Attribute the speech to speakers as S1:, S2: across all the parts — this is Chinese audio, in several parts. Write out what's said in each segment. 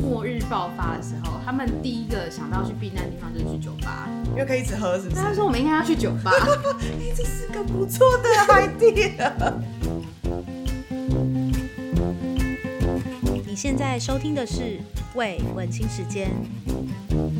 S1: 末日爆发的时候，他们第一个想到去避难的地方就是去酒吧。
S2: 因为可以一直喝，是不是？
S1: 那他说我们应该要去酒吧。
S2: 哎、这是个不错的 idea。
S3: 你现在收听的是《为文青时间》。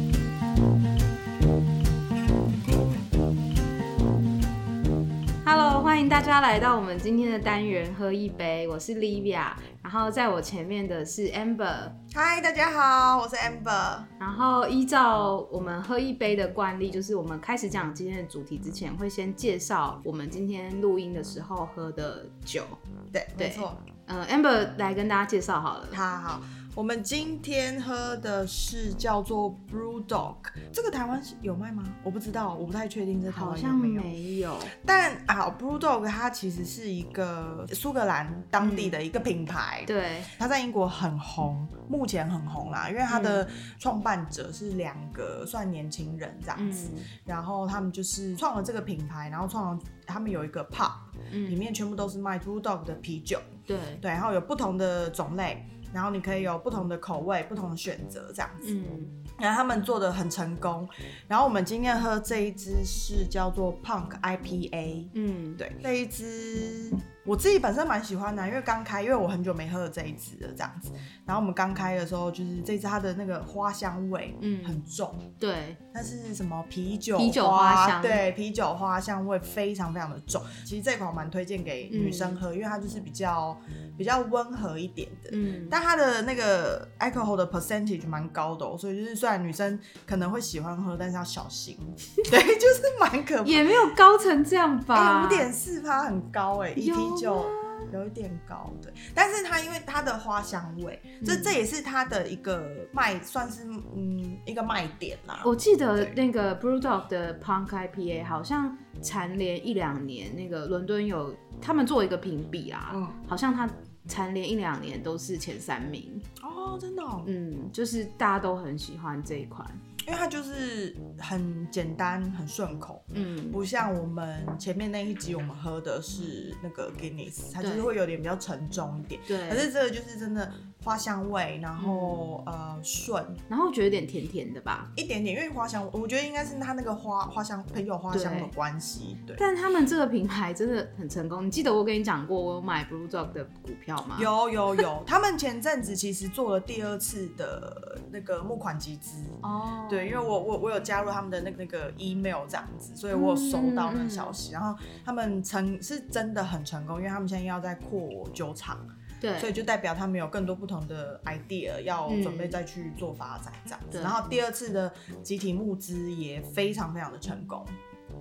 S1: Hello，欢迎大家来到我们今天的单元喝一杯，我是 Livia，然后在我前面的是 Amber，
S2: 嗨，大家好，我是 Amber。
S1: 然后依照我们喝一杯的惯例，就是我们开始讲今天的主题之前，会先介绍我们今天录音的时候喝的酒。
S2: 对，
S1: 对
S2: 没错。
S1: 呃，Amber 来跟大家介绍好了。
S2: 好好好，我们今天喝的是叫做 Brew Dog，这个台湾是有卖吗？我不知道，我不太确定这台
S1: 好
S2: 湾有
S1: 像
S2: 没有。
S1: 没有，
S2: 但好，Brew Dog 它其实是一个苏格兰当地的一个品牌，
S1: 对，
S2: 它在英国很红，目前很红啦，因为它的创办者是两个算年轻人这样子，
S1: 嗯
S2: 然后他们就是创了这个品牌，然后创了他们有一个 pub，、里
S1: 嗯，
S2: 面全部都是卖 Blue Dog 的啤酒，
S1: 对，
S2: 对，然后有不同的种类，然后你可以有不同的口味、不同的选择这样子。
S1: 嗯
S2: 然后他们做的很成功，然后我们今天喝这一支是叫做 Punk IPA，
S1: 嗯，
S2: 对，这一支我自己本身蛮喜欢的，因为刚开，因为我很久没喝这一支了，这样子。然后我们刚开的时候，就是这支它的那个花香味，
S1: 嗯
S2: 很重，
S1: 对，
S2: 但是什么啤酒
S1: 啤酒花
S2: 花
S1: 香
S2: 对，啤酒花香味非常非常的重。其实这款我蛮推荐给女生喝，因为它就是比较比较温和一点的。
S1: 嗯，
S2: 但它的那个 alcohol 的 percentage 蛮高的、哦，所以就是虽然女生可能会喜欢喝，但是要 小心。对，就是蛮可怕的
S1: 也没有高成这样吧，
S2: 哎，五点四趴很高哎、一
S1: 有啊
S2: 啤酒有一点高，对。但是它因为它的花香味，
S1: 嗯
S2: 这、这也是它的一个卖，算是嗯一个卖点啦。
S1: 我记得
S2: 对
S1: 那个 Brewdog 的 Punk IPA 好像蝉联一两年，那个伦敦有他们做一个评比啊，
S2: 嗯
S1: 好像它蝉联一两年都是前三名，
S2: 哦，真的、哦，
S1: 嗯，就是大家都很喜欢这一款，
S2: 因为它就是很简单，很顺口。
S1: 嗯，
S2: 不像我们前面那一集，我们喝的是那个 Guinness，它就是
S1: 对
S2: 会有点比较沉重一点。
S1: 对
S2: 可，是这个就是真的花香味，然后、呃顺，
S1: 然后觉得有点甜甜的吧，
S2: 一点点，因为花香，我觉得应该是它那个花花香很有花香的
S1: 对
S2: 关系，对。
S1: 但他们这个品牌真的很成功，你记得我跟你讲过我有买 Blue Dog 的股票吗？，
S2: 有有有，他们前阵子其实做了第二次的那个募款集资。
S1: 哦，
S2: 对，因为我我我有加入他们的那个那个 email 这样子，所以我有收到
S1: 嗯
S2: 那个消息。然后他们成是真的很成功，因为他们现在要在扩酒厂，
S1: 对，
S2: 所以就代表他们有更多不同的 idea 要
S1: 嗯
S2: 准备再去做发展这样子。
S1: 对
S2: 然后第二次的集体募资也非常非常的成功。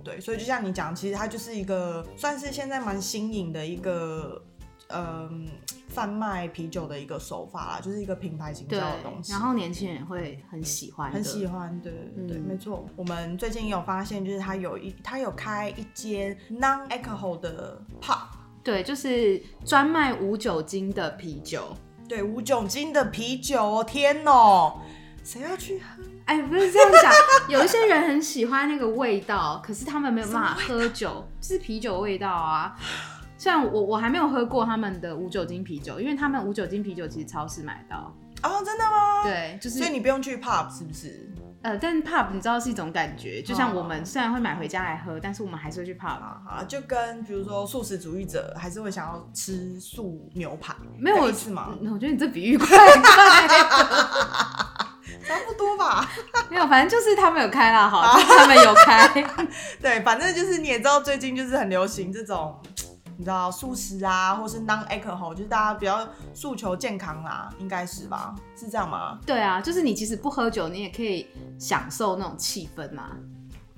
S2: 对，所以就像你讲，其实它就是一个算是现在蛮新颖的一个，嗯、贩卖啤酒的一个手法啦，就是一个品牌行销
S1: 对
S2: 的东，西
S1: 然。后年轻人会很喜欢的，
S2: 很喜欢，对对对，
S1: 嗯
S2: 没错。我们最近有发现，就是它有一，它有开一间 non alcohol 的 pub，
S1: 对，就是专卖无酒精的啤酒。
S2: 对，无酒精的啤酒哦，天哦，谁要去喝？
S1: 哎，不是这样讲，有一些人很喜欢那个味道，可是他们没有办法喝酒，就是啤酒味道啊。虽然我我还没有喝过他们的无酒精啤酒，因为他们无酒精啤酒其实超市买到，
S2: 哦，真的吗？
S1: 对，就是
S2: 所以你不用去 pub 是不是？
S1: 呃，但是 pub 你知道是一种感觉，就像
S2: 哦
S1: 我们虽然会买回家来喝，但是我们还是会去 pub。
S2: 啊，好，就跟比如说素食主义者还是会想要吃素牛排，
S1: 没有
S2: 是吗？
S1: 嗯我觉得你这比喻怪怪的，
S2: 差不多吧。
S1: 没有，反正就是他们有开啦，好，就是他们有开。
S2: 对，反正就是你也知道，最近就是很流行这种，你知道素食啊，或是 non alcohol，就是大家比较诉求健康啦，应该是吧？是这样吗？
S1: 对啊，就是你其实不喝酒，你也可以享受那种气氛嘛，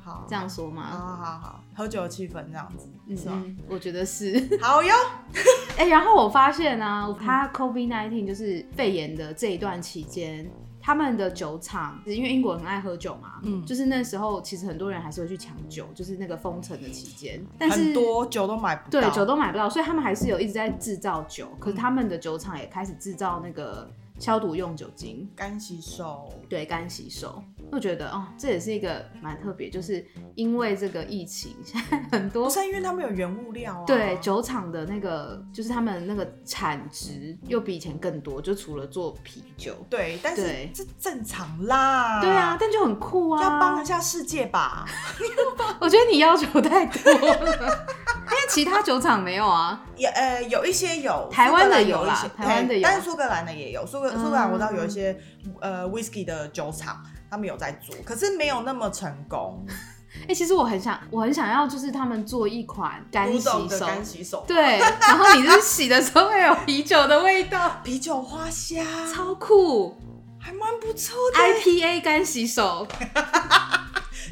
S2: 好，
S1: 这样说
S2: 好
S1: 吗？
S2: 好好好，喝酒的气氛这样子，
S1: 嗯
S2: 是吧？
S1: 嗯，我觉得是。
S2: 好哟，
S1: 哎、然后我发现呢、啊，他 COVID nineteen 就是肺炎的这一段期间，他们的酒厂，因为英国很爱喝酒嘛，嗯，就是那时候其实很多人还是会去抢酒，就是那个封城的期间，但是
S2: 很多酒都买不到，
S1: 对酒都买不到，所以他们还是有一直在制造酒，可是他们的酒厂也开始制造那个消毒用酒精，
S2: 干洗手，
S1: 对干洗手。我觉得哦，这也是一个蛮特别，就是因为这个疫情，现在很多
S2: 不是因为他们有原物料啊。
S1: 对，酒厂的那个，就是他们那个产值又比以前更多，就除了做啤酒，
S2: 对，但是
S1: 对
S2: 这正常啦。
S1: 对啊，，但就很酷啊，
S2: 要帮一下世界吧。
S1: 我觉得你要求太多了，因为其他酒厂没有啊。
S2: 也呃有一些有，
S1: 台湾的
S2: 苏格兰有
S1: 有啦
S2: 一些
S1: 台湾的
S2: 对
S1: 有
S2: 但是苏格兰的也有，苏格
S1: 嗯
S2: 苏格兰我知道有一些呃 whisky 的酒厂。他们有在做，可是没有那么成功。
S1: 哎、其实我很想，我很想要，就是他们做一款干
S2: 古
S1: 洗
S2: 董的
S1: 手，
S2: 干洗手，
S1: 对，然后你就是洗的时候会有啤酒的味道，
S2: 啤酒花香，
S1: 超酷
S2: 还蛮不错的。
S1: ！IPA 干洗手，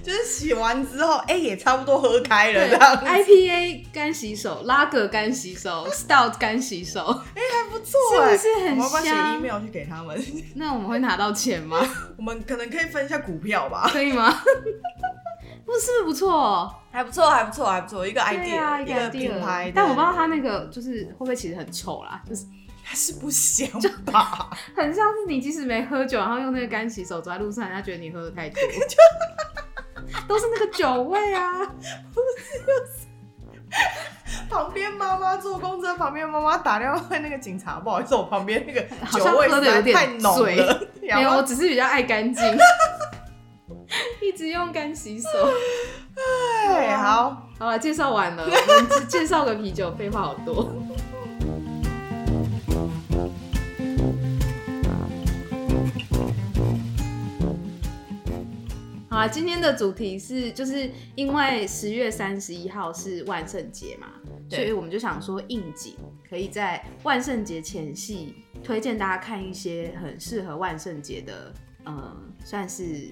S2: 就是洗完之后，哎、也差不多喝开了，
S1: 对
S2: 这样子
S1: ，IPA 干洗手，拉格干洗 手，Stout 干洗手，
S2: 不错、哎，
S1: 是不是很
S2: 我们要不要写
S1: 香
S2: email 去给他们？
S1: 那我们会拿到钱吗？
S2: 我们可能可以分一下股票吧，
S1: 可以吗？ 不是不错、哦，
S2: 还不错，还不错，还不错，一个
S1: 对
S2: idea，、
S1: 啊，
S2: 一
S1: 一个
S2: 个品牌
S1: idea。
S2: 的，
S1: 但我不知道他那个就是会不会其实很臭啦，就是
S2: 还是不香吧？
S1: 很像是你即使没喝酒，然后用那个干洗手走在路上，人家觉得你喝的 太多，都是那个酒味啊。
S2: 旁边妈妈坐公车，旁边妈妈打电话问那个警察，不好意思，我旁边那个
S1: 好
S2: 酒
S1: 像
S2: 味
S1: 喝得
S2: 实在
S1: 有点
S2: 太 浓
S1: 醉
S2: 了，然
S1: 没有，
S2: 后
S1: 我只是比较爱干 净，一直用干洗手。
S2: 对，好，
S1: 好了，介绍完 了，我们只介绍个啤酒，废话好多。好啊，今天的主题是，就是因为十月三十一号是万圣节嘛，
S2: 对
S1: 所以我们就想说应景，可以在万圣节前夕推荐大家看一些很适合万圣节的，呃，算是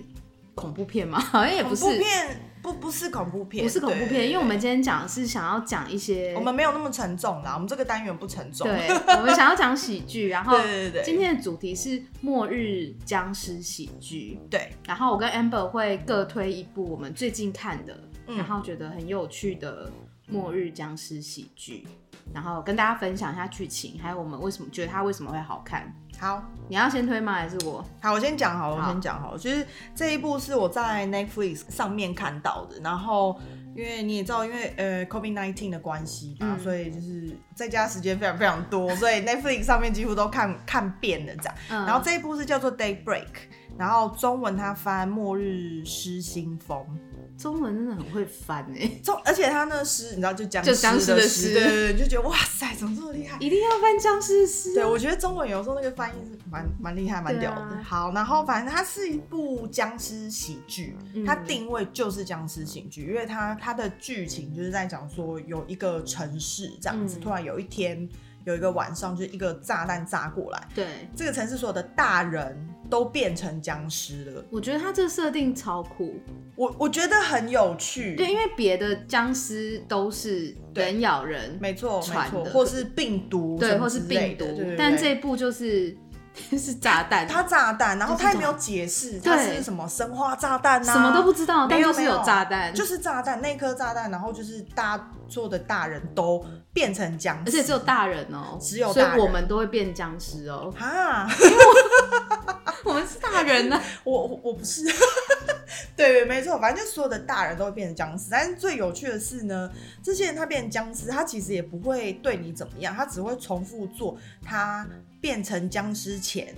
S1: 恐怖片吗？好像也不
S2: 恐
S1: 是，
S2: 怖片不不是恐怖片，
S1: 不是恐怖
S2: 对
S1: 片，因为我们今天讲的是想要讲一些
S2: 我们没有那么沉重啦，我们这个单元不沉重，
S1: 对，我们想要讲喜剧， 然后
S2: 对对对
S1: 今天的主题是末日僵尸喜剧，
S2: 对，
S1: 然后我跟 Amber 会各推一部我们最近看的，
S2: 嗯
S1: 然后觉得很有趣的末日僵尸喜剧，然后跟大家分享一下剧情，还有我们为什么觉得它为什么会好看。
S2: 好。
S1: 你要先推吗？还是我？
S2: 好，我先讲好了，我
S1: 好
S2: 先讲好了。就是这一部是我在 Netflix 上面看到的，然后因为你也知道，因为呃 COVID 1 9的关系吧，
S1: 嗯
S2: 所以就是在家时间非常非常多，所以 Netflix 上面几乎都看看遍了这样。
S1: 嗯
S2: 然后这一部是叫做 Daybreak，然后中文它翻《末日失心疯》。
S1: 中文真的很会翻哎、
S2: 中，而且它那个诗，你知道就僵
S1: 就
S2: 尸
S1: 僵尸的
S2: 诗，
S1: 诗
S2: 对对对，就觉得哇塞，怎么这么厉害？
S1: 一定要翻僵尸诗
S2: 对，我觉得中文有时候那个翻译是蛮蛮厉害、蛮屌的。
S1: 对啊
S2: 好，然后反正它是一部僵尸喜剧，
S1: 嗯
S2: 它定位就是僵尸喜剧，因为它它的剧情就是在讲说有一个城市这样子，
S1: 嗯
S2: 突然有一天有一个晚上，就是一个炸弹炸过来，
S1: 对，
S2: 这个城市所有的大人都变成僵尸了。
S1: 我觉得它这个设定超酷，
S2: 我我觉得很有趣，
S1: 对，因为别的僵尸都是
S2: 对
S1: 人咬人，
S2: 没错没
S1: 传
S2: 错，
S1: 的
S2: 或是病毒什
S1: 对，
S2: 么
S1: 或是
S2: 之类
S1: 病
S2: 的
S1: 毒，
S2: 对对
S1: 但
S2: 对
S1: 这一部就是 是炸弹，
S2: 它炸弹，然后
S1: 就是
S2: 它也
S1: 这
S2: 没
S1: 种
S2: 有解释它
S1: 对
S2: 是什么生化炸弹呐、
S1: 什么都不知道，
S2: 没
S1: 但
S2: 有
S1: 就是
S2: 没
S1: 有
S2: 有
S1: 炸弹，
S2: 就是炸弹那颗炸弹，然后就是大家做的大人都变成僵尸，
S1: 而且只有大人哦、
S2: 只有
S1: 所以
S2: 大人
S1: 我们都会变僵尸 哦、
S2: 哈，
S1: 我们是大人啊呢、
S2: 啊我我我不是， 对，没错，反正就所有的大人都会变成僵尸。但是最有趣的是呢，这些人他变成僵尸，他其实也不会对你怎么样，他只会重复做他变成僵尸前，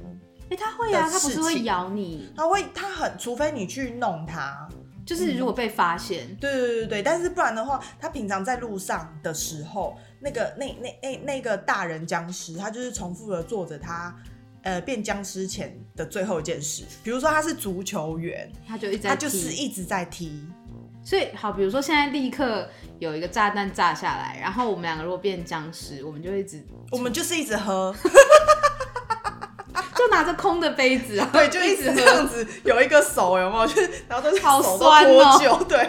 S1: 哎、他会啊，
S2: 的
S1: 他不
S2: 事
S1: 是会
S2: 情
S1: 咬你，
S2: 他会他很，除非你去弄他，嗯
S1: 就是如果被发现，
S2: 对对对对，但是不然的话，他平常在路上的时候，那个那那那那个大人僵尸，他就是重复的做着他呃变僵尸前的最后一件事，比如说他是足球员，
S1: 他就一直在
S2: 他
S1: 踢。
S2: 就是一直在踢，
S1: 所以好，比如说现在立刻有一个炸弹炸下来，然后我们两个如果变僵尸，我们就一直
S2: 我们就是一直喝，
S1: 就拿着空的杯子啊，
S2: 对，就一直
S1: 直
S2: 这样子，有一个手有没有？就是然后都是
S1: 好
S2: 手都
S1: 酸哦
S2: 脱臼，对。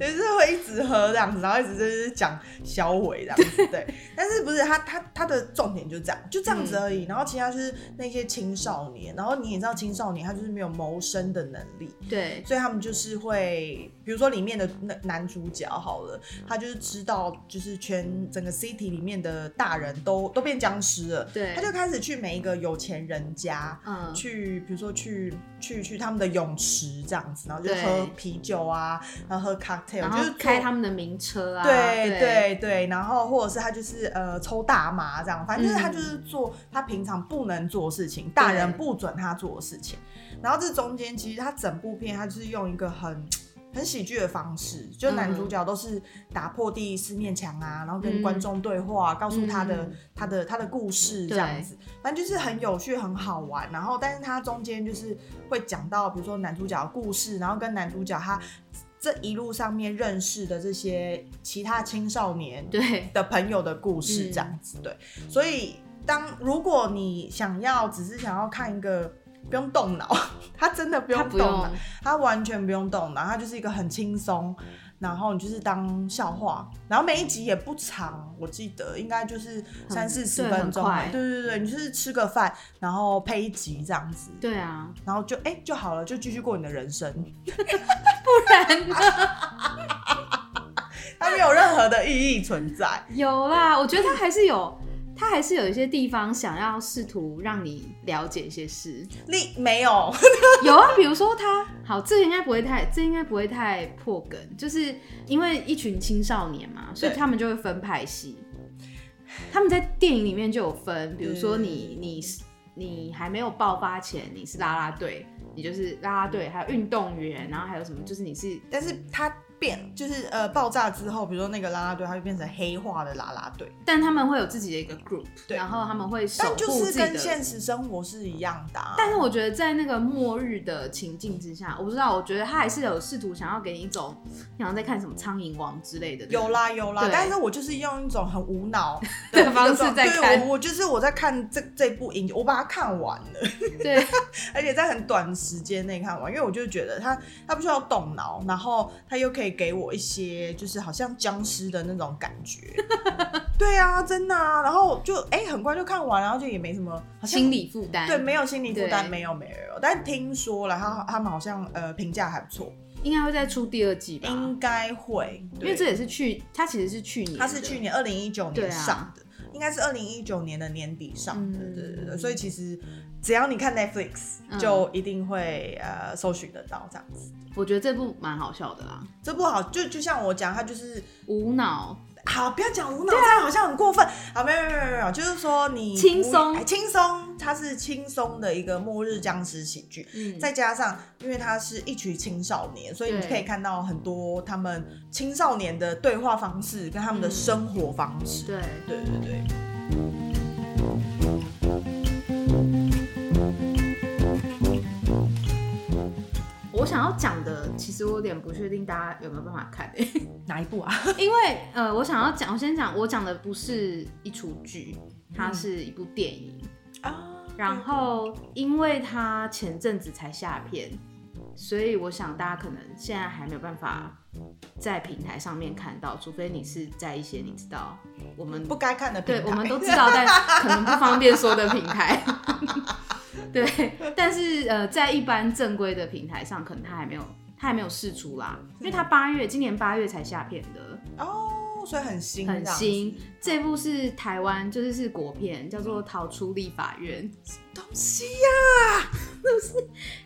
S2: 也是会一直喝这样子，然后一直就是讲小伟这样子，对。 但是不是他他他的重点就这样，就这样子而
S1: 嗯
S2: 已。然后其他就是那些青少年，然后你也知道青少年他就是没有谋生的能力，
S1: 对，
S2: 所以他们就是会，比如说里面的男男主角好了，他就是知道就是全整个 city 里面的大人都都变僵尸了，
S1: 对
S2: 他就开始去每一个有钱人家。
S1: 嗯，
S2: 去，比如说去去去他们的泳池这样子，然后就
S1: 对
S2: 喝啤酒啊，然后喝 cocktail，
S1: 然
S2: 就
S1: 后
S2: 是做
S1: 开他们的名车啊，
S2: 对
S1: 对
S2: 对对，然后或者是他就是呃抽大麻这样，反正就是他
S1: 嗯
S2: 就是做他平常不能做的事情，大人不准他做的事情。然后这中间其实他整部片他就是用一个很很喜剧的方式，就男主角都是打破第四面墙啊，然后跟
S1: 嗯
S2: 观众对话，告诉他的、
S1: 嗯
S2: 他的他的故事这样子，反正就是很有趣很好玩。然后但是他中间就是会讲到比如说男主角的故事，然后跟男主角他。这一路上面认识的这些其他青少年
S1: 对
S2: 的朋友的故事，
S1: 嗯
S2: 这样子、对。所以当如果你想要只是想要看一个不用动脑， 他真的不
S1: 他
S2: 用
S1: 不
S2: 动脑
S1: 用，，
S2: 他完全不用动脑，他就是一个很轻松，然后你就是当笑话，然后每一集也不长，我记得应该就是三四十
S1: 对
S2: 分
S1: 很
S2: 钟
S1: 快，
S2: 对对对，你就是吃个饭，然后配一集这样子，
S1: 对啊，
S2: 然后就哎、就好了，就继续过你的人生。
S1: 不然呢？
S2: 它没有任何的意义存在。
S1: 有啦，我觉得他还是有，他还是有一些地方想要试图让你了解一些事。
S2: 你没有，
S1: 有啊，比如说他，好，这个应该不会太，这应该不会太破梗，就是因为一群青少年嘛，所以
S2: 对
S1: 他们就会分派系。他们在电影里面就有分，比如说你
S2: 嗯
S1: 你是你还没有爆发前，你是啦啦队，你就是啦啦队，还有运动员，然后还有什么，就是你是
S2: 但是它变就是呃爆炸之后，比如说那个啦啦队，它就变成黑化的啦啦队，
S1: 但他们会有自己的一个 group，
S2: 对
S1: 然后他们会守
S2: 但就
S1: 护自
S2: 是
S1: 己的。
S2: 跟现实生活是一样的、啊。
S1: 但是我觉得在那个末日的情境之下，我不知道，我觉得他还是有试图想要给你一种，你好像在看什么《苍蝇王》之类的。
S2: 有啦有啦
S1: 对，
S2: 但是我就是用一种很无 脑
S1: 的
S2: 一个
S1: 方式
S2: 状
S1: 在
S2: 对
S1: 看
S2: 我我就是我在看这这部影集，我把它看完了，
S1: 对，
S2: 而且在很短时间内看完，因为我就觉得它它不需要动脑，然后它又可以给我一些就是好像僵尸的那种感觉。 对啊，真的啊，然后就哎、很快就看完，然后就也没什么好像
S1: 心理负担。
S2: 对，没有心理负担，
S1: 对
S2: 没有没有，但听说了，他他们好像呃评价还不错，
S1: 应该会再出第二季吧？
S2: 应该会，
S1: 因
S2: 对
S1: 为这也是去，它其实是去年的，
S2: 他是去年二零一九
S1: 对
S2: 年
S1: 啊
S2: 上的，应该是二零一九年的年底上的，
S1: 嗯
S2: 对对对，所以其实只要你看 Netflix，、
S1: 嗯
S2: 就一定会呃搜寻得到这样子。
S1: 我觉得这部蛮好笑的啦，
S2: 这不好，就就像我讲，他就是
S1: 无脑。
S2: 好，不要讲无脑，这样好像很过分。好，没有没有没有没有，就是说你不
S1: 轻松
S2: 哎轻松，它是轻松的一个末日僵尸喜剧。
S1: 嗯，
S2: 再加上，因为它是一群青少年，所以你
S1: 对
S2: 可以看到很多他们青少年的对话方式跟他们的
S1: 嗯
S2: 生活方式。
S1: 对，
S2: 对对对。
S1: 我想要讲的，其实我有点不确定大家有没有办法看、
S2: 哪一部啊？
S1: 因为 呃，我想要讲，我先讲，我讲的不是一出剧，
S2: 嗯
S1: 它是一部电影。
S2: 啊，
S1: 然后，因为它前阵子才下片，所以我想大家可能现在还没有办法在平台上面看到，除非你是在一些你知道我们
S2: 不该看的平
S1: 对
S2: 台，
S1: 我们都知道， 但可能不方便说的平台。对，但是呃，在一般正规的平台上，可能它还没有，它还没有试出啦，
S2: 嗯
S1: 因为它八月今年八月才下片的，
S2: 哦，所以很新，
S1: 很
S2: 这样
S1: 新
S2: 子。
S1: 这部是台湾，就是是国片，叫做《逃出立法院》。
S2: 东西啊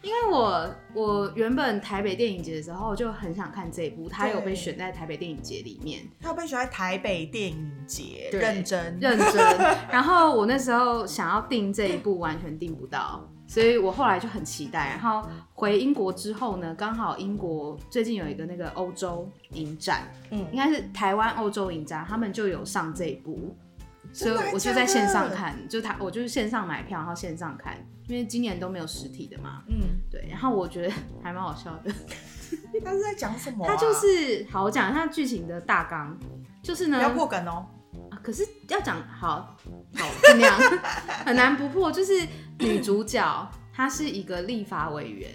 S1: 因为我我原本台北电影节的时候就很想看这一部，它有
S2: 对
S1: 被选在台北电影节里面，
S2: 他被选在台北电影节，
S1: 对
S2: 认真，
S1: 认真。 然后我那时候想要订这一部，完全订不到，所以我后来就很期待。然后回英国之后呢，刚好英国最近有一个那个欧洲影展，
S2: 嗯
S1: 应该是台湾欧洲影展，他们就有上这一部。所以
S2: 真的还
S1: 我就
S2: 假
S1: 在
S2: 的
S1: 线上看，就他我就是线上买票，然后线上看，因为今年都没有实体的嘛。
S2: 嗯，
S1: 对，然后我觉得还蛮好笑的。
S2: 他是在讲什么啊？
S1: 它就是嗯好，我讲它剧情的大纲，就是呢
S2: 不，要破梗哦，
S1: 啊可是要讲好好尽量很难不破，就是女主角她是一个立法委员，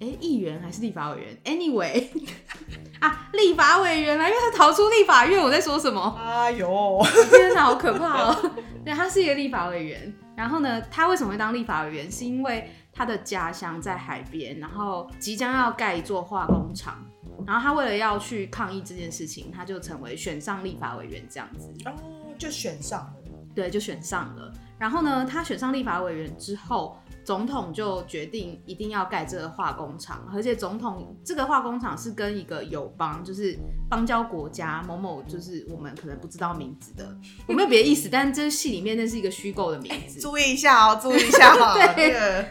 S1: 哎、议员还是立法委员？Anyway， 啊，立法委员啦，因为他逃出立法院，我在说什么？
S2: 哎呦，
S1: 天哪，好可怕哦！ 对，他是一个立法委员。然后呢，他为什么会当立法委员？是因为他的家乡在海边，然后即将要盖一座化工厂，然后他为了要去抗议这件事情，他就成为选上立法委员这样子。
S2: 哦，就选上了。
S1: 对，就选上了。然后呢，他选上立法委员之后，总统就决定一定要盖这个化工厂，而且总统这个化工厂是跟一个友邦，就是邦交国家某某，就是我们可能不知道名字的，我没有别的意思，但这戏里面那是一个虚构的名字。，
S2: 注意一下哦，注意一下哦
S1: 对
S2: 这个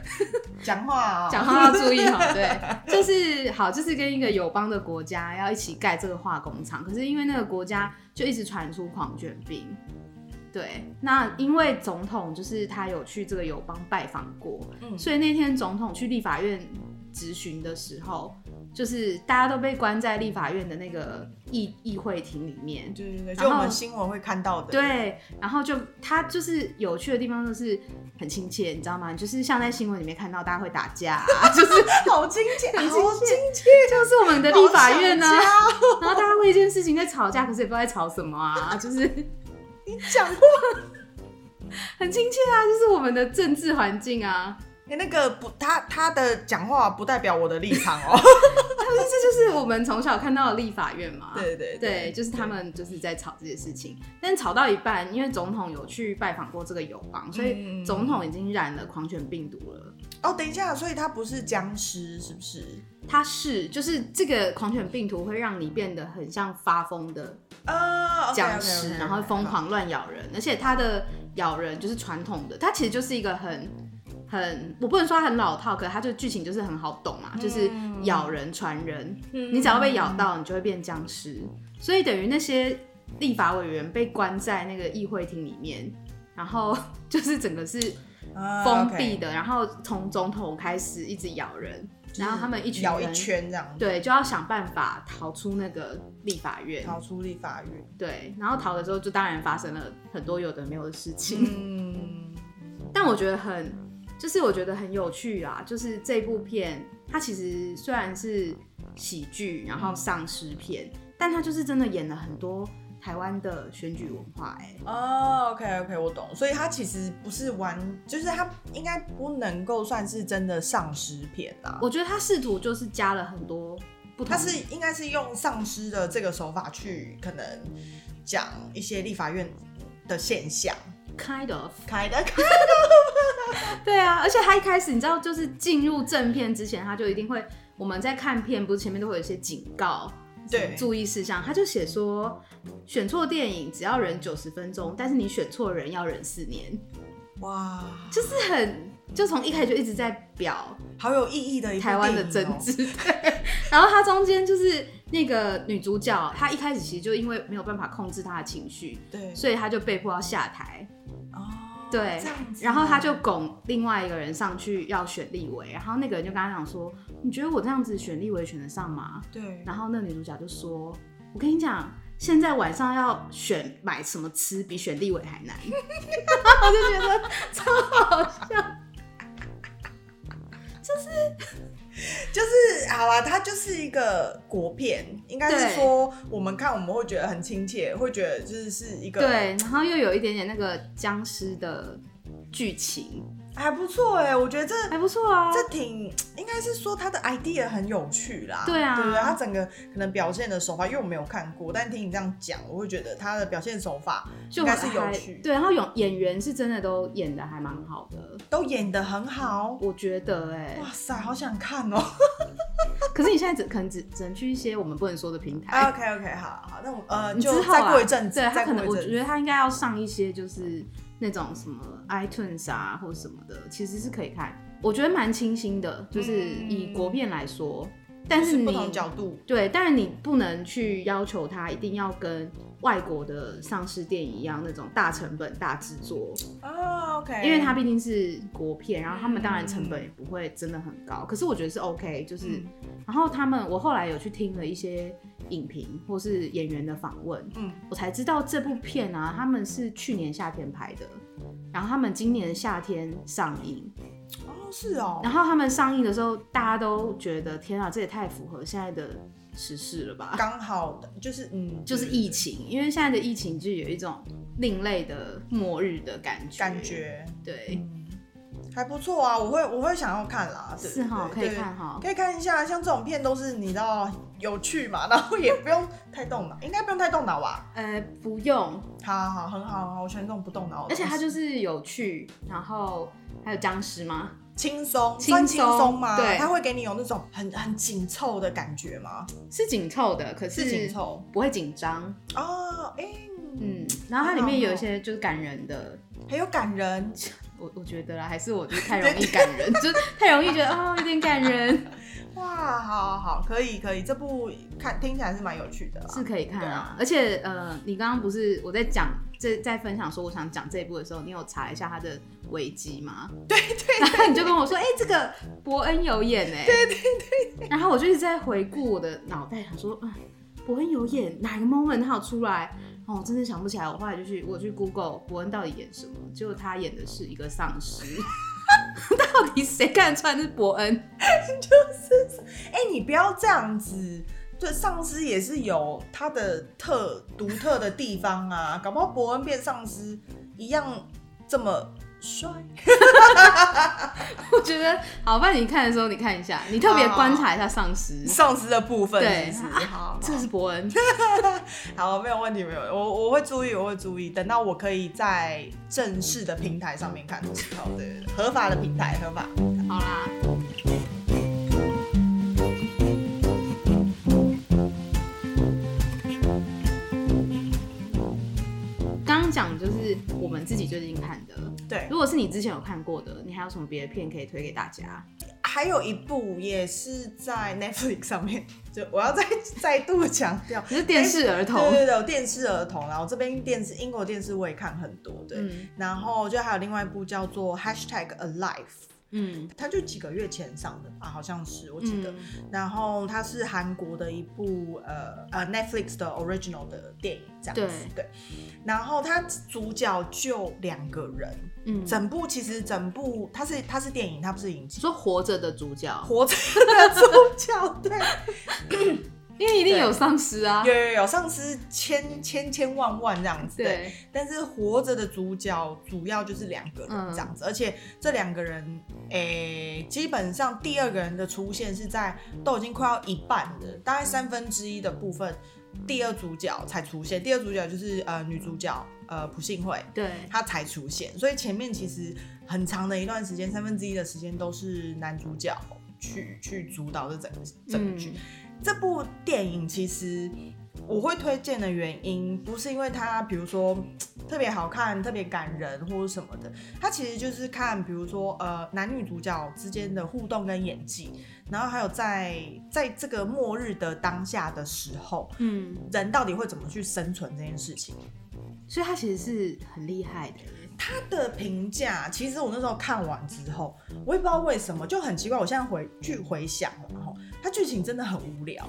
S2: 讲话哦，
S1: 讲话要注意哈，对，就是好，就是跟一个友邦的国家要一起盖这个化工厂，可是因为那个国家就一直传出狂犬病，对，那因为总统就是他有去这个友邦拜访过，
S2: 嗯
S1: 所以那天总统去立法院质询的时候，就是大家都被关在立法院的那个议议会厅里面，
S2: 对对对，
S1: 然
S2: 就我
S1: 后
S2: 们新闻会看到的。，
S1: 对，然后就他就是有趣的地方就是很亲切，你知道吗？就是像在新闻里面看到大家会打架、啊， 就是
S2: 好亲切，好
S1: 很亲
S2: 亲切，
S1: 就是我们的立法院啊呢、
S2: 好想家
S1: 然后大家为一件事情在吵架，可是也不知道在吵什么啊，就是
S2: 你讲话，
S1: 很亲切啊，就是我们的政治环境啊，
S2: 你哎那个不，他他的讲话不代表我的立场哦。
S1: 但是这就是我们从小看到的立法院嘛。
S2: 对对
S1: 对，就是他们就是在吵这些事情，但吵到一半，因为总统有去拜访过这个友邦，所以
S2: 嗯
S1: 总统已经染了狂犬病毒了。
S2: 哦，等一下，所以他不是僵尸，是不是？
S1: 他是，就是这个狂犬病毒会让你变得很像发疯的
S2: 啊，
S1: 僵尸，然后疯。狂乱咬人，而且它的咬人就是传统的，它其实就是一个很很，我不能说它很老套，可它就剧情就是很好懂嘛，就是
S2: 嗯
S1: 咬人传人，你只要被咬到，你就会变僵尸，所以等于那些立法委员被关在那个议会厅里面，然后 就是整个是
S2: 嗯哦
S1: 封闭
S2: 的，
S1: 的，然后从总统开始一直咬人，然后他们一群
S2: 咬一
S1: 人。
S2: 圈这样，，
S1: 对，就要想办法逃出那个立法院，
S2: 逃出立法院。
S1: 对，然后逃的时候就当然发生了很多有的没有的事情，
S2: 嗯，
S1: 但我觉得很，就是我觉得很有趣啦，就是这部片它其实虽然是喜剧，然后丧尸片，但它就是真的演了很多台湾的选举文化、欸，
S2: 哦，OK OK，我懂。所以它其实不是玩，就是它应该不能够算是真的丧尸片啦。
S1: 我觉得它试图就是加了很多不同，
S2: 他是应该是用丧尸的这个手法去可能讲一些立法院的现象，
S1: kind of
S2: 开的
S1: 对啊，而且他一开始你知道，就是进入正片之前，他就一定会，我们在看片不是前面都会有一些警告。
S2: 对
S1: 注意事项，他就写说，选错电影只要忍九十分钟，但是你选错人要忍四年，
S2: 哇，
S1: 就是很就从一开始就一直在表
S2: 好有意义的一部
S1: 台湾的
S2: 电影
S1: 政
S2: 哦
S1: 治。对， 然后他中间就是那个女主角，她一开始其实就因为没有办法控制她的情绪，
S2: 对
S1: 所以她就被迫要下台。
S2: 哦，
S1: 对
S2: 这样子，
S1: 然后他就拱另外一个人上去要选立委，然后那个人就跟他讲说：“你觉得我这样子选立委选得上吗
S2: 对？”，
S1: 然后那女主角就说：“我跟你讲，现在晚上要选买什么吃，比选立委还难。”
S2: 啊
S1: 我就觉得超好笑。
S2: 就是好啦，它就是一个国片，应该
S1: 对
S2: 是说我们看我们会觉得很亲切，会觉得就是是一个
S1: 对，然后又有一点点那个僵尸的剧情，
S2: 还不错哎、我觉得这
S1: 还不错啊。
S2: 这挺应该是说他的 idea 很有趣啦，
S1: 对啊
S2: 对不对？他整个可能表现的手法，因为我没有看过，但听你这样讲，我会觉得他的表现手法
S1: 就
S2: 应该是有
S1: 还
S2: 趣，
S1: 对，然后演演员是真的都演的还蛮好的，
S2: 都演得很好。
S1: 我觉得哎、
S2: 哇塞，好想看 哦、
S1: 可是你现在只可能只只能去一些我们不能说的平台。
S2: OK OK，好好，那我呃
S1: 你之
S2: 就
S1: 后
S2: 再
S1: 啊，
S2: 过一阵子，
S1: 对他
S2: 再
S1: 可
S2: 过
S1: 能
S2: 一
S1: 我
S2: 阵
S1: 觉
S2: 子。
S1: 得他应该要上一些就是那种什么 iTunes 啊或者什么的，其实是可以看，我觉得蛮清新的，就是以国片来说，但
S2: 嗯就是是
S1: 你
S2: 不同角度，
S1: 对，但是你不能去要求它一定要跟外国的丧尸电影一样那种大成本大制作，
S2: 哦，OK，
S1: 嗯因为它毕竟是国片，然后他们当然成本也不会真的很高，可是我觉得是 OK，就是，
S2: 嗯
S1: 然后他们我后来有去听了一些影评或是演员的访问，
S2: 嗯，
S1: 我才知道这部片啊，他们是去年夏天拍的，然后他们今年夏天上映，
S2: 哦是哦，
S1: 然后他们上映的时候，大家都觉得天啊，这也太符合现在的时事了吧？
S2: 刚好就是嗯，
S1: 就是疫情，因为现在的疫情就有一种另类的末日的感觉，
S2: 感觉嗯
S1: 对，
S2: 还不错啊，我会我会想要看啦，对
S1: 是哈，可
S2: 对
S1: 以
S2: 对
S1: 看哈。
S2: 可以看一下，像这种片都是你知道 有趣嘛，然后也不用太动脑，应该不用太动脑吧？
S1: 呃，不用，
S2: 好好，很好，很好，我喜欢这种不动脑的
S1: 而
S2: 东西，
S1: 且它就是有趣，然后还有僵尸吗？
S2: 轻松，
S1: 轻
S2: 算
S1: 松
S2: 轻松嘛，
S1: 对
S2: 它会给你有那种很很紧凑的感觉吗？
S1: 是紧凑的，可
S2: 是紧
S1: 是
S2: 凑
S1: 不会紧张。
S2: 哦，哎、
S1: 嗯，然后它里面有一些就是感人的，
S2: 很有感人，
S1: 我我觉得啦，还是我就是太容易感 人，就是太容易觉得哦有点感人，
S2: 哇，好好好，可以可以，这部看听起来是蛮有趣的啦，
S1: 是可以看
S2: 对
S1: 啊
S2: 啊。
S1: 而且呃，你刚刚不是我在讲这在分享说我想讲这一部的时候，你有查一下它的危机吗？对对，然后你就跟我说，哎、这个伯恩有演哎、对对对。然后我就一直在回顾我的脑袋，想说，嗯，伯恩有演哪个 moment 他有出来？哦，我真的想不起来。我后来就去我去 Google 伯恩到底演什么，结果他演的是一个丧尸。 到底谁看得出来那是伯恩？
S2: 哎、你不要这样子。对，丧尸也是有它的特独特的地方啊，搞不好伯恩变丧尸一样这么帅。
S1: 我觉得好，不然你看的时候你看一下，你特别
S2: 好
S1: 观察一下丧尸。
S2: 丧尸的部分
S1: 对
S2: 是不是 好，
S1: 这是伯恩，
S2: 好，没有问题，没有，我我会注意，我会注意，等到我可以在正式的平台上面看的时候，对对对，合法的平台，合法。
S1: 好啦，刚刚讲就是我们自己最近看的，
S2: 对，
S1: 如果是你之前有看过的，你还有什么别的片可以推给大家？
S2: 还有一部也是在 Netflix 上面， 就我要再再度强调，
S1: 你是电视儿童，
S2: 对对对，有电视儿童，然后这边电视英国电视我也看很多，对，
S1: 嗯
S2: 然后就还有另外一部叫做 Hashtag Alive，
S1: 嗯
S2: 它就几个月前上的吧，好像是我记得，
S1: 嗯
S2: 然后它是韩国的一部呃呃 Netflix 的 original 的电影这样子，对然后它主角就两个人，
S1: 嗯，
S2: 整部其实整部它是它是电影，它不是影集，
S1: 说活着的主角，
S2: 活着的主角，对，
S1: 因为一定有丧尸啊，
S2: 有有有，上司千千千万万这样子，对。
S1: 对，
S2: 但是活着的主角主要就是两个人这样子，而且这两个人，诶、基本上第二个人的出现是在都已经快要一半的，大概三分之一的部分，第二主角才出现。第二主角就是呃女主角呃朴信惠，
S1: 对，
S2: 她才出现，所以前面其实很长的一段时间，三分之一的时间都是男主角去去主导这整个整个剧。
S1: 嗯
S2: 这部电影其实我会推荐的原因，不是因为它比如说特别好看、特别感人或者什么的，它其实就是看比如说呃男女主角之间的互动跟演技，然后还有在在这个末日的当下的时候，
S1: 嗯，
S2: 人到底会怎么去生存这件事情。
S1: 所以他其实是很厉害的，
S2: 他的评价，其实我那时候看完之后，我也不知道为什么，就很奇怪。我现在回去回想了，然后它剧情真的很 无聊。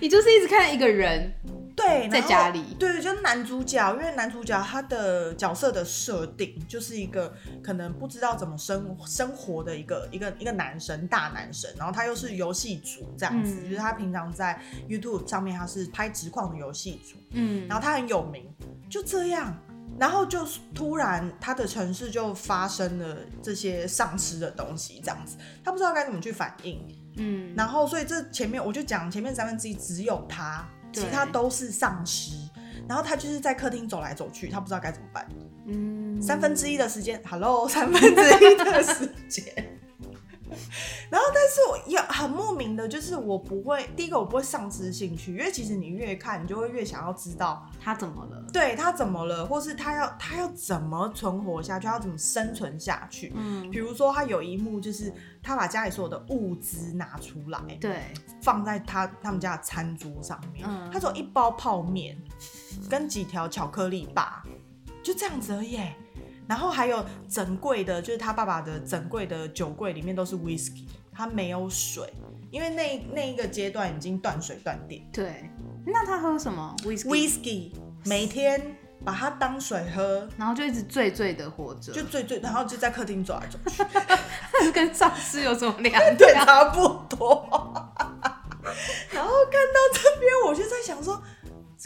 S1: 你就是一直看一个人，
S2: 对，然后
S1: 在家里
S2: 对，就是男主角，因为男主角他的角色的设定就是一个可能不知道怎么生生活的一个一个一个男生，大男生，然后他又是游戏主这样子，
S1: 嗯
S2: 就是他平常在 YouTube 上面他是拍直况的游戏主，
S1: 嗯，
S2: 然后他很有名，就这样。然后就突然，他的城市就发生了这些丧尸的东西，这样子，他不知道该怎么去反应。
S1: 嗯，
S2: 然后，所以这前面我就讲前面三分之一只有他，
S1: 对
S2: 其他都是丧尸。然后他就是在客厅走来走去，他不知道该怎么办。
S1: 嗯
S2: 三分之一的时间，Hello，三 分之一的时间。然后，但是我也很莫名的，就是我不会，第一个我不会丧失兴趣，因为其实你越看，你就会越想要知道
S1: 他怎么了？
S2: 对他怎么了，或是他要他要怎么存活下去，他要怎么生存下去。
S1: 嗯，
S2: 比如说，他有一幕就是他把家里所有的物资拿出来，
S1: 对，
S2: 放在他他们家的餐桌上面，
S1: 嗯
S2: 他只有一包泡面跟几条巧克力吧，就这样子而已耶。然后还有整柜的，就是他爸爸的整柜的酒柜里面都是 whisky，他没有水，因为那那一个阶段已经断水断电。
S1: 对，那他喝什么 whisky？
S2: whisky 每天把它当水喝，
S1: 然后就一直醉醉的活着，
S2: 就最最，然后就在客厅走来走去，
S1: 跟丧尸有什么两
S2: 对，
S1: 样？
S2: 差不多。 然后看到这边，我就在想说，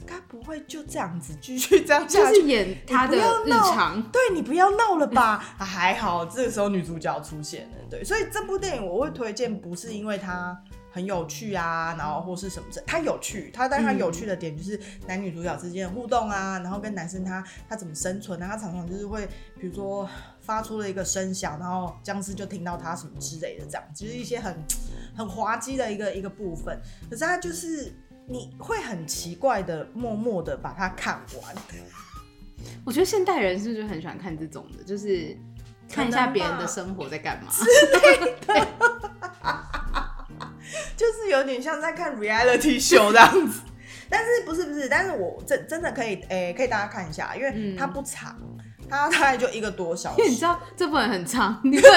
S2: 该不会就这样子继续这样
S1: 就
S2: 下去？
S1: 是演他的
S2: 你不要
S1: 日
S2: 闹
S1: 常。
S2: 对你不要闹了吧、啊还好这个时候女主角出现了，对，所以这部电影我会推荐，不是因为它很有趣啊，然后或是什么之类，它有趣，它但它有趣的点就是男女主角之间的互动啊，然后跟男生他他怎么生存啊，他常常就是会比如说发出了一个声响，然后僵尸就听到他什么之类的，这样就是一些很很滑稽的一个一个部分，可是它就是。你会很奇怪的，默默的把它看完，
S1: 我觉得现代人是不是很喜欢看这种的，就是看一
S2: 可
S1: 下
S2: 能吧
S1: 别人的生活在干嘛。
S2: 就是有点像在看 reality show 这样子。 但是不是不是？但是我真真的可以，诶、可以大家看一下，因为它不长，它大概就一个多小时
S1: 嗯 因为。你知道这部分很长，你不能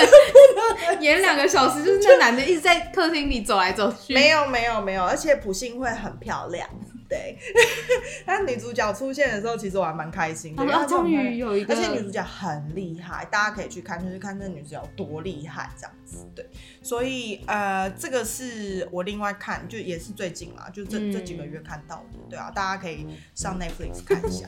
S1: 演两个小时，就是那男的一直在客厅里走来走去。
S2: 没有没有没有，而且普信会很 漂亮，对。 但女主角出现的时候，其实我还蛮开心的，
S1: 他
S2: 因
S1: 说
S2: 为她
S1: 啊，
S2: 真的
S1: 终
S2: 很漂亮
S1: 于有一个
S2: 而且女主角很厉害，大家可以去看，就是看这女主角多厉害这样子。对，所以呃，这个是我另外看，就也是最近啦，就这、
S1: 嗯
S2: 这几个月看到的，对啊，大家可以 上 Netflix 看一下。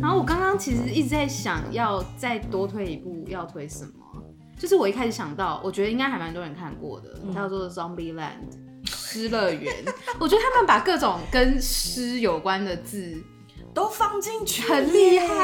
S1: 然后我刚刚其实一直在想要再多推一步，要推什么？就是我一开始想到，我觉得应该还蛮多人看过的，
S2: 嗯
S1: 叫做《Zombie Land》失乐园。我觉得他们把各种跟诗有关的字
S2: 都放进去，
S1: 很厉害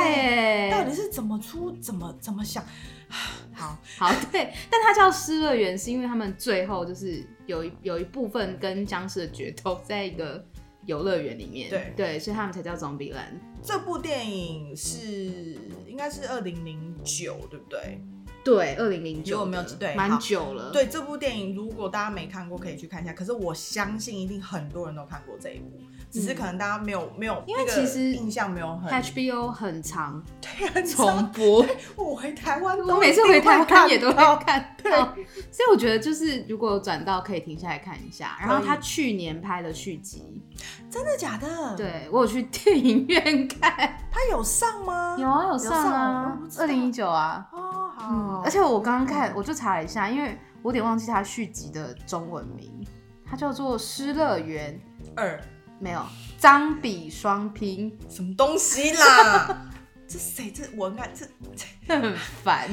S1: 哎、
S2: 到底是怎么出，怎么怎么想？ 好，
S1: 好，对，但它叫失乐园，是因为他们最后就是有一有一部分跟僵尸的决斗在一个游乐园里面，
S2: 对
S1: 所以他们才叫 Zombie Land。
S2: 这部电影是应该是二零零九，对不对？
S1: 对，二零零
S2: 如
S1: 九
S2: 果没有对
S1: 蛮
S2: 好
S1: 久了，
S2: 对这部电影，如果大家没看过，可以去看一下。可是我相信一定很多人都看过这一部，只是可能大家没有没有，
S1: 嗯因为
S2: 那个
S1: 其实
S2: 印象没有 很
S1: ，HBO 很长，
S2: 对，很
S1: 重
S2: 长。
S1: 播。
S2: 我回台湾都，
S1: 我每次回台湾也都会
S2: 看到。
S1: 看到，所以我觉得就是如果转到可以停下来看一下。然后他去年拍的续集，
S2: 真的假的？，
S1: 对我有去电影院看，
S2: 它有上吗？
S1: 有啊有
S2: 上
S1: 上
S2: 啊
S1: 啊
S2: 我不，知道
S1: 二零一九啊，
S2: 哦，好
S1: 嗯，。而且我刚刚看我就查了一下，因为我有点忘记它续集的中文名，它叫做《失乐园
S2: 二》，
S1: 没 有张比双拼，
S2: 什么东西 啦？这谁？这文案这这
S1: 很 烦，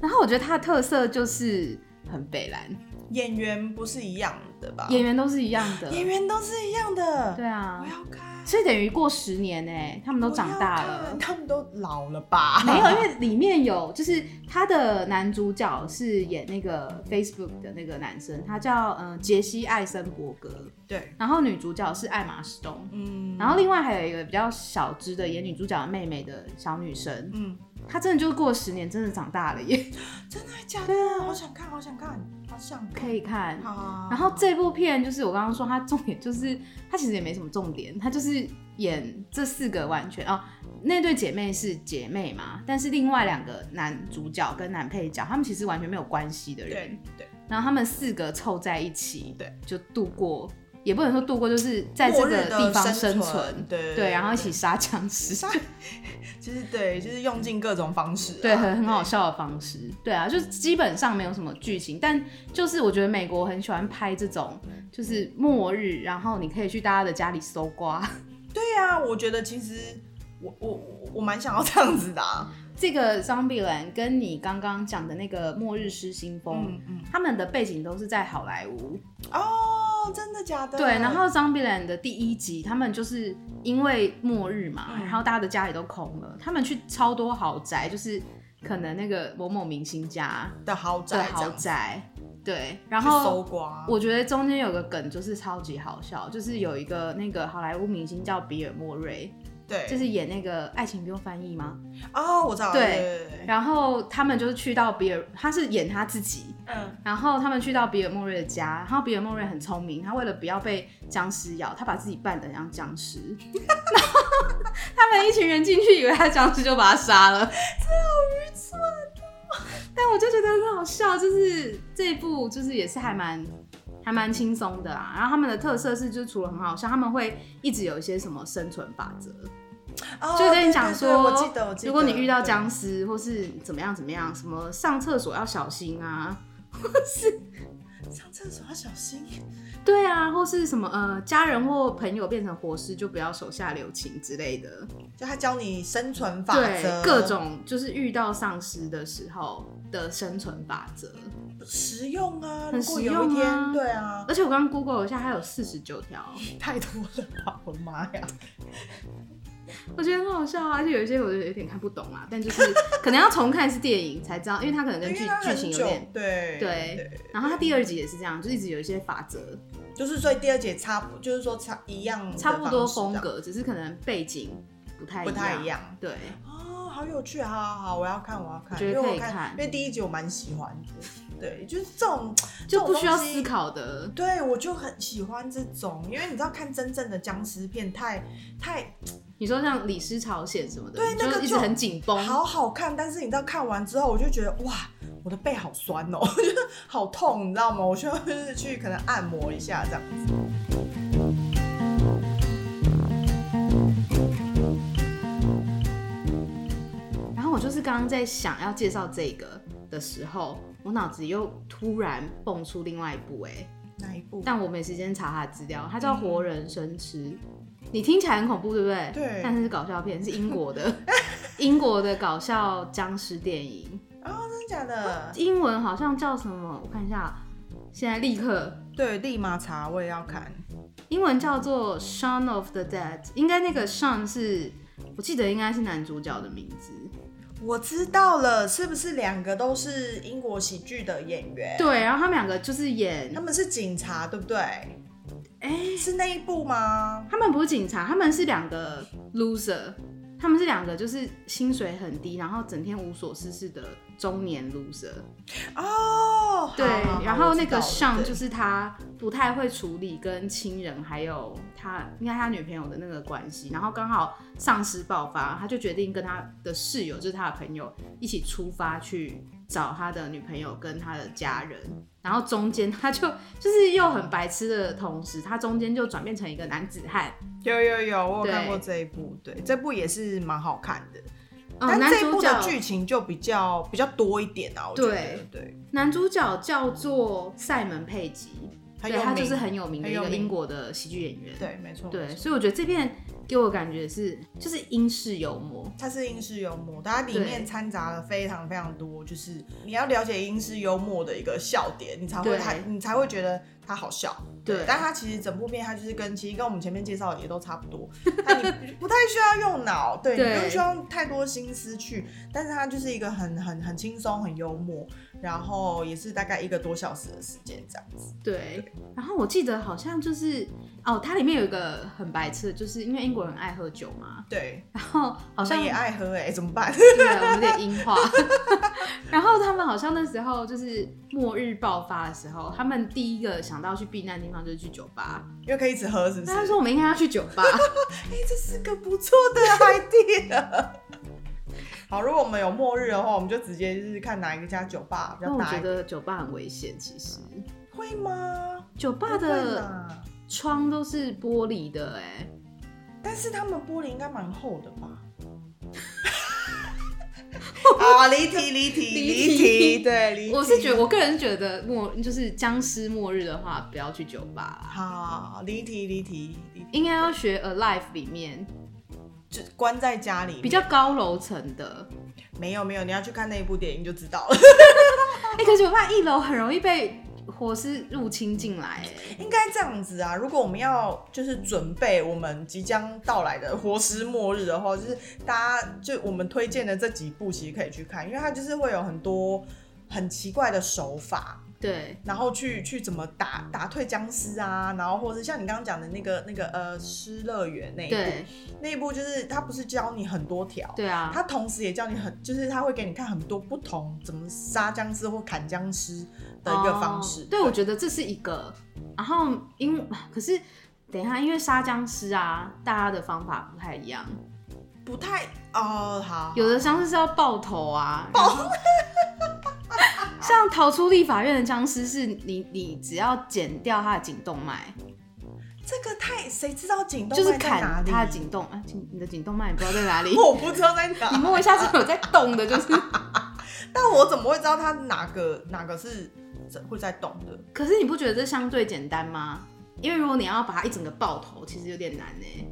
S1: 然后我觉得它的特色就是很北蓝，
S2: 演员不是一样的吧？
S1: 演员都是一样的，
S2: 演员都是一样的。
S1: 对啊
S2: 我，要看。
S1: 所以等于过十年呢、他们都长大了。
S2: 他们都老了吧？
S1: 没有，因为里面有，就是他的男主角是演那个 Facebook 的那个男生，他叫嗯杰、西·艾森伯格，
S2: 对，
S1: 然后女主角是艾玛·史东，
S2: 嗯，
S1: 然后另外还有一个比较小只的演女主角的妹妹的小女生，
S2: 嗯，
S1: 她真的就是过了十年，真的长大了耶，
S2: 真的还假的？好想看，好想看，好想看。
S1: 可以看。
S2: 好
S1: 啊
S2: 啊。
S1: 然后这部片就是我刚刚说，它重点就是它其实也没什么重点，它就是演这四个完全哦，那对姐妹是姐妹嘛，但是另外两个男主角跟男配角，他们其实完全没有关系的人
S2: 对，对，
S1: 然后他们四个凑在一起，
S2: 对，
S1: 就度过，也不能说度过，就是在这
S2: 末日
S1: 个
S2: 的
S1: 地方
S2: 生
S1: 生
S2: 存对对对
S1: 对，然后一起杀僵尸，
S2: 就是对，就是用尽各种方式啊。
S1: 对，很很好笑的方式。对啊，就是基本上没有什么剧情，但就是我觉得美国很喜欢拍这种，就是末日，然后你可以去大家的家里搜刮。
S2: 对啊，我觉得其实我我我我蛮想要这样子的啊。
S1: 这个 Zombieland 跟你刚刚讲的那个《末日失心疯》
S2: 嗯嗯。
S1: 他们的背景都是在好莱坞，
S2: 哦，真的假的？
S1: 对。然后《Zombieland》的第一集，他们就是因为末日嘛，
S2: 嗯
S1: 然后大家的家里都空了，他们去超多豪宅，就是可能那个某某明星家
S2: 的豪
S1: 的
S2: 宅，
S1: 豪宅，对。然
S2: 这样去
S1: 后
S2: 搜刮。
S1: 我觉得中间有个梗就是超级好笑，就是有一个那个好莱坞明星叫比尔莫瑞，
S2: 对，
S1: 就是演那个《爱情不用翻译》吗？
S2: 哦，我知道。
S1: 对
S2: 对对对。
S1: 然后他们就是去到比尔，他是演他自己，
S2: 嗯，
S1: 然后他们去到比尔莫瑞的家，然后比尔莫瑞很聪明，他为了不要被僵尸咬，他把自己扮得很像僵尸， 然后他们一群人进去以为他僵尸，就把他杀了，这好愚蠢哦！但我就觉得很好笑，就是这一部就是也是还蛮还蛮轻松的啊啦。然后他们的特色是，就是除了很好笑，他们会一直有一些什么生存法则，
S2: 哦
S1: 就跟你讲
S2: 对对对
S1: 说，
S2: 我记得我记得
S1: 如果你遇到僵尸或是怎么样怎么样，什么上厕所要小心啊，
S2: 上厕所要小心，
S1: 对啊，或是什么呃家人或朋友变成活尸就不要手下留情之类的，
S2: 就他教你生存法则，
S1: 对，各种就是遇到丧尸的时候的生存法则。
S2: 实用啊。
S1: 很
S2: 如果
S1: 实
S2: 有一
S1: 用啊
S2: 天，对啊，
S1: 而且我刚刚 Google 了一下，它有四十九条，
S2: 太多了吧，我的妈呀！
S1: 我觉得很好笑啊，而且有一些我就有点看不懂啊，但就是可能要重看一次电影才知道，因为它可能跟
S2: 因
S1: 剧
S2: 为它
S1: 剧
S2: 很
S1: 情有
S2: 久
S1: 点。
S2: 对
S1: 对，然后它第二集也是这样，就一直有一些法则，
S2: 就是所以第二节差不就是说差一样的
S1: 差不多
S2: 方式
S1: 风
S2: 这样
S1: 格，只是可能背景不太
S2: 不太一。样。
S1: 对，
S2: 哦，好有趣，好好好，我要看，我要看，
S1: 我觉
S2: 因
S1: 得
S2: 为
S1: 可
S2: 我
S1: 以看
S2: 因为第一集我蛮喜欢的，对，就是这种
S1: 就不需要思。
S2: 这种东西
S1: 考的。
S2: 对，我就很喜欢这种，因为你知道看真正的僵尸片太太
S1: 你说像李尸朝鲜什么的，
S2: 对那个
S1: 就一直
S2: 就
S1: 很紧绷。
S2: 好好看，但是你知道看完之后，我就觉得哇，我的背好酸哦， 我觉得好痛，你知道吗？我需要就是去可能按摩一下这样子。
S1: 然后我就是刚刚在想要介绍这个的时候，我脑子又突然蹦出另外一部哎、
S2: 哪一部？
S1: 但我没时间查它的资料，它叫《活人生吃》。你听起来很恐怖，对不对？
S2: 对
S1: 但是是搞笑片，是英国的， 英国的搞笑僵尸电影，
S2: 哦，真的假的？
S1: 英文好像叫什么？我看一下，啊现在立刻，
S2: 对，立马查，我也要看。
S1: 英文叫做《Shaun of the Dead》，应该那个 Shaun 是，我记得应该是男主角的名字。
S2: 我知道了，是不是两个都是英国喜剧的演员？
S1: 对，然后他们两个就是演
S2: 他，们是警察，对不对？哎、是那一部吗？
S1: 他们不是警察，他们是两个 loser，他们是两个就是薪水很低，然后整天无所事事的中年 loser。
S2: 哦，
S1: 对
S2: 好好，好
S1: 然后那
S2: 我
S1: 个
S2: 知道了
S1: 上
S2: 对
S1: 就是他不太会处理跟亲人还有他应该他女朋友的那个关系，然后刚好丧尸爆发，他就决定跟他的室友，就是他的朋友一起出发去找他的女朋友跟他的家人，然后中间他就就是又很白痴的同时，他中间就转变成一个男子汉，
S2: 有有有，我有看
S1: 对
S2: 过这一部，对，这部也是蛮好看的，
S1: 嗯，
S2: 但
S1: 男
S2: 这一
S1: 主
S2: 部
S1: 角
S2: 的剧情就比较比较多一点啊，我觉得
S1: 对
S2: 对，
S1: 男主角叫做塞门佩吉，
S2: 很
S1: 对
S2: 有
S1: 他就是
S2: 名
S1: 很有名的
S2: 很
S1: 一
S2: 有
S1: 个
S2: 名
S1: 英国的喜剧演员，
S2: 对，没错，没
S1: 对，
S2: 错，
S1: 所以我觉得这片给我感觉是就是英式幽默，
S2: 它是英式幽默，但它里
S1: 对
S2: 面掺杂了非常非常多，就是你要了解英式幽默的一个笑点，你才会
S1: 对
S2: 它你才会觉得它好笑。
S1: 对
S2: 但它其实整部片它就是跟其实跟我们前面介绍的也都差不多，但 你不太需要用脑，对，你
S1: 对
S2: 不用需要太多心思去，但是它就是一个很很很轻松、很幽默，然后也是大概一个多小时的时间这样子。
S1: 对。然后我记得好像就是哦，它里面有一个很白痴的，就是因为英国人爱喝酒嘛，
S2: 对，
S1: 然后好
S2: 好
S1: 像
S2: 也爱喝哎、怎么办？
S1: 对，我们有点英化。 然后他们好像那时候就是末日爆发的时候，他们第一个想到去避难的地方就是去酒吧。
S2: 因为可以一直喝，是不是？
S1: 那他说我们应该要去酒 吧，
S2: 哎、这是个不错 的 idea。好，如果我们有末日的话，我们就直接就是看哪一家酒吧比
S1: 但
S2: 较
S1: 我
S2: 大
S1: 觉
S2: 一点。
S1: 得酒吧很危险，其实
S2: 会吗？
S1: 酒吧
S2: 不会
S1: 的
S2: 啦，
S1: 窗都是玻璃的、哎。
S2: 但是他们玻璃应该蛮厚的吧？ 好，啊离题，离题，
S1: 离
S2: 离
S1: 题
S2: 题，对，离题。
S1: 我是觉得，我个人觉得末就是僵尸末日的话，不要去酒吧啦，
S2: 好，离题，离题，离题，
S1: 应该要学 Alive 里面
S2: 就关在家里面。
S1: 比较高楼层的。
S2: 没有没有，你要去看那一部电影就知道了。
S1: 哎、可是我怕一楼很容易被活尸入侵进来、哎，
S2: 应该这样子啊，如果我们要就是准备我们即将到来的活尸末日的话，就是大家就我们推荐的这几部其实可以去看，因为它就是会有很多很奇怪的手法，
S1: 对，
S2: 然后去去怎么打打退僵尸啊，然后或者是像你刚刚讲的那个那个呃失乐园那一
S1: 对
S2: 部，，那一部就是它不是教你很多条。
S1: 对啊，
S2: 它同时也教你很，就是它会给你看很多不同怎么杀僵尸或砍僵尸的一个方式。
S1: 哦对，我觉得这是一个。然后因为可是等一下，因为杀僵尸啊，大家的方法不太一样，
S2: 不太哦，好，
S1: 有的僵尸是要爆头啊，爆。 像逃出立法院的僵尸，是你你只要剪掉他的颈动脉，
S2: 这个太谁知道颈动
S1: 就是
S2: 脉在哪
S1: 砍
S2: 里？，
S1: 他的颈动，啊，颈你的颈动脉你不知道在哪里
S2: 我不知道在
S1: 你
S2: 哪，
S1: 摸一下是有在动的，就是。
S2: 但我怎么会知道它哪个哪个是会在动的？
S1: 可是你不觉得这相对简单吗？因为如果你要把它一整个爆头，其实有点难呢、欸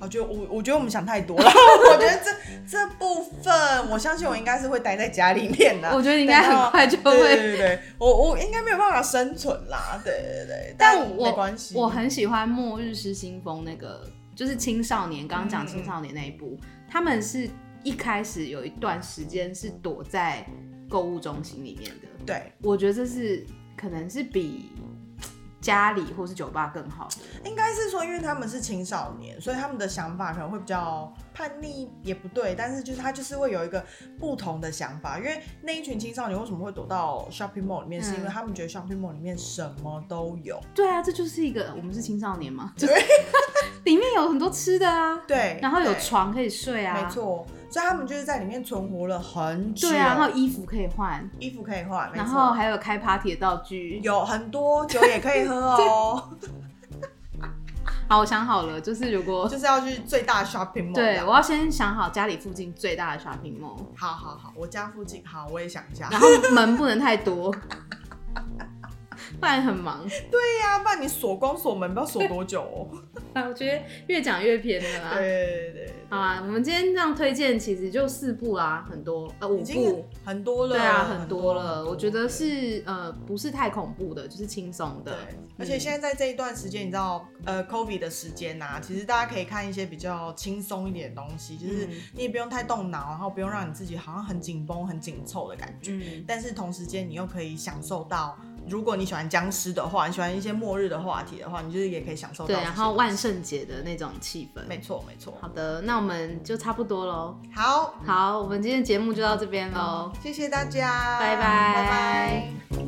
S2: 我觉得我我觉得我们想太多了， 我觉得这这部分，我相信我应该是会待在家里面的。
S1: 我觉得你应该很快就
S2: 对对
S1: 会。
S2: 对对，我我应该没有办法生存啦，对对对，
S1: 但
S2: 没
S1: 我
S2: 关系，
S1: 我很喜欢《末日失心疯》那个，就是青少年，刚刚讲
S2: 嗯
S1: 青少年那一部，他们是一开始有一段时间是躲在购物中心里面的。
S2: 对，
S1: 我觉得这是可能是比家里或是酒吧更好的。
S2: 应该是说，因为他们是青少年，所以他们的想法可能会比较叛逆，也不对，但是就是他就是会有一个不同的想法，因为那一群青少年为什么会躲到 shopping mall 里面，是因为
S1: 嗯
S2: 他们觉得 shopping mall 里面什么都有，
S1: 对啊，这就是一个我们是青少年 嘛，就是里面有很多吃的啊，
S2: 对，
S1: 然后有
S2: 对。
S1: 床可以睡啊，
S2: 没错，所以他们就是在里面存活了很久。
S1: 对啊，然后衣服可以换，
S2: 衣服可以换，没
S1: 然
S2: 错
S1: 后还有开 party 的道具。
S2: 有很多酒也可以喝哦，
S1: 好，我想好了，就是如果
S2: 就是要去最大 shopping mall 这
S1: 对
S2: 样。
S1: 我要先想好家里附近最大的 shopping mall，
S2: 好好好，我家附近，好，我也想一下。
S1: 然后门不能太多，不然很忙。
S2: 对呀、不然你锁光锁门，不知道锁多久哦。
S1: 哎，我觉得越讲越偏了啦。
S2: 对对啊对
S1: 好啊，我们今天这样推荐其实就四部啦，很多呃
S2: 对，
S1: 五
S2: 已经
S1: 部，
S2: 很多了，
S1: 对啊，很多了。我觉得。
S2: 很多
S1: 是呃不是太恐怖的，就是轻松
S2: 对
S1: 的。，嗯
S2: 而且现在在这一段时间，你知道，呃，COVID 的时间呐、其实大家可以看一些比较轻松一点的东西，就是
S1: 嗯
S2: 你也不用太动脑，然后不用让你自己好像很紧绷、很紧凑的感觉。
S1: 嗯，
S2: 但是同时间你又可以享受到，如果你喜欢僵尸的话，你喜欢一些末日的话题的话，你就是也可以享受到这
S1: 对，
S2: 些。
S1: 然后万圣节的那种气氛。
S2: 没错没错，
S1: 好的，那我们就差不多喽。
S2: 好，
S1: 好，我们今天节目就到这边喽。
S2: 谢谢大家，
S1: 拜拜
S2: 拜拜。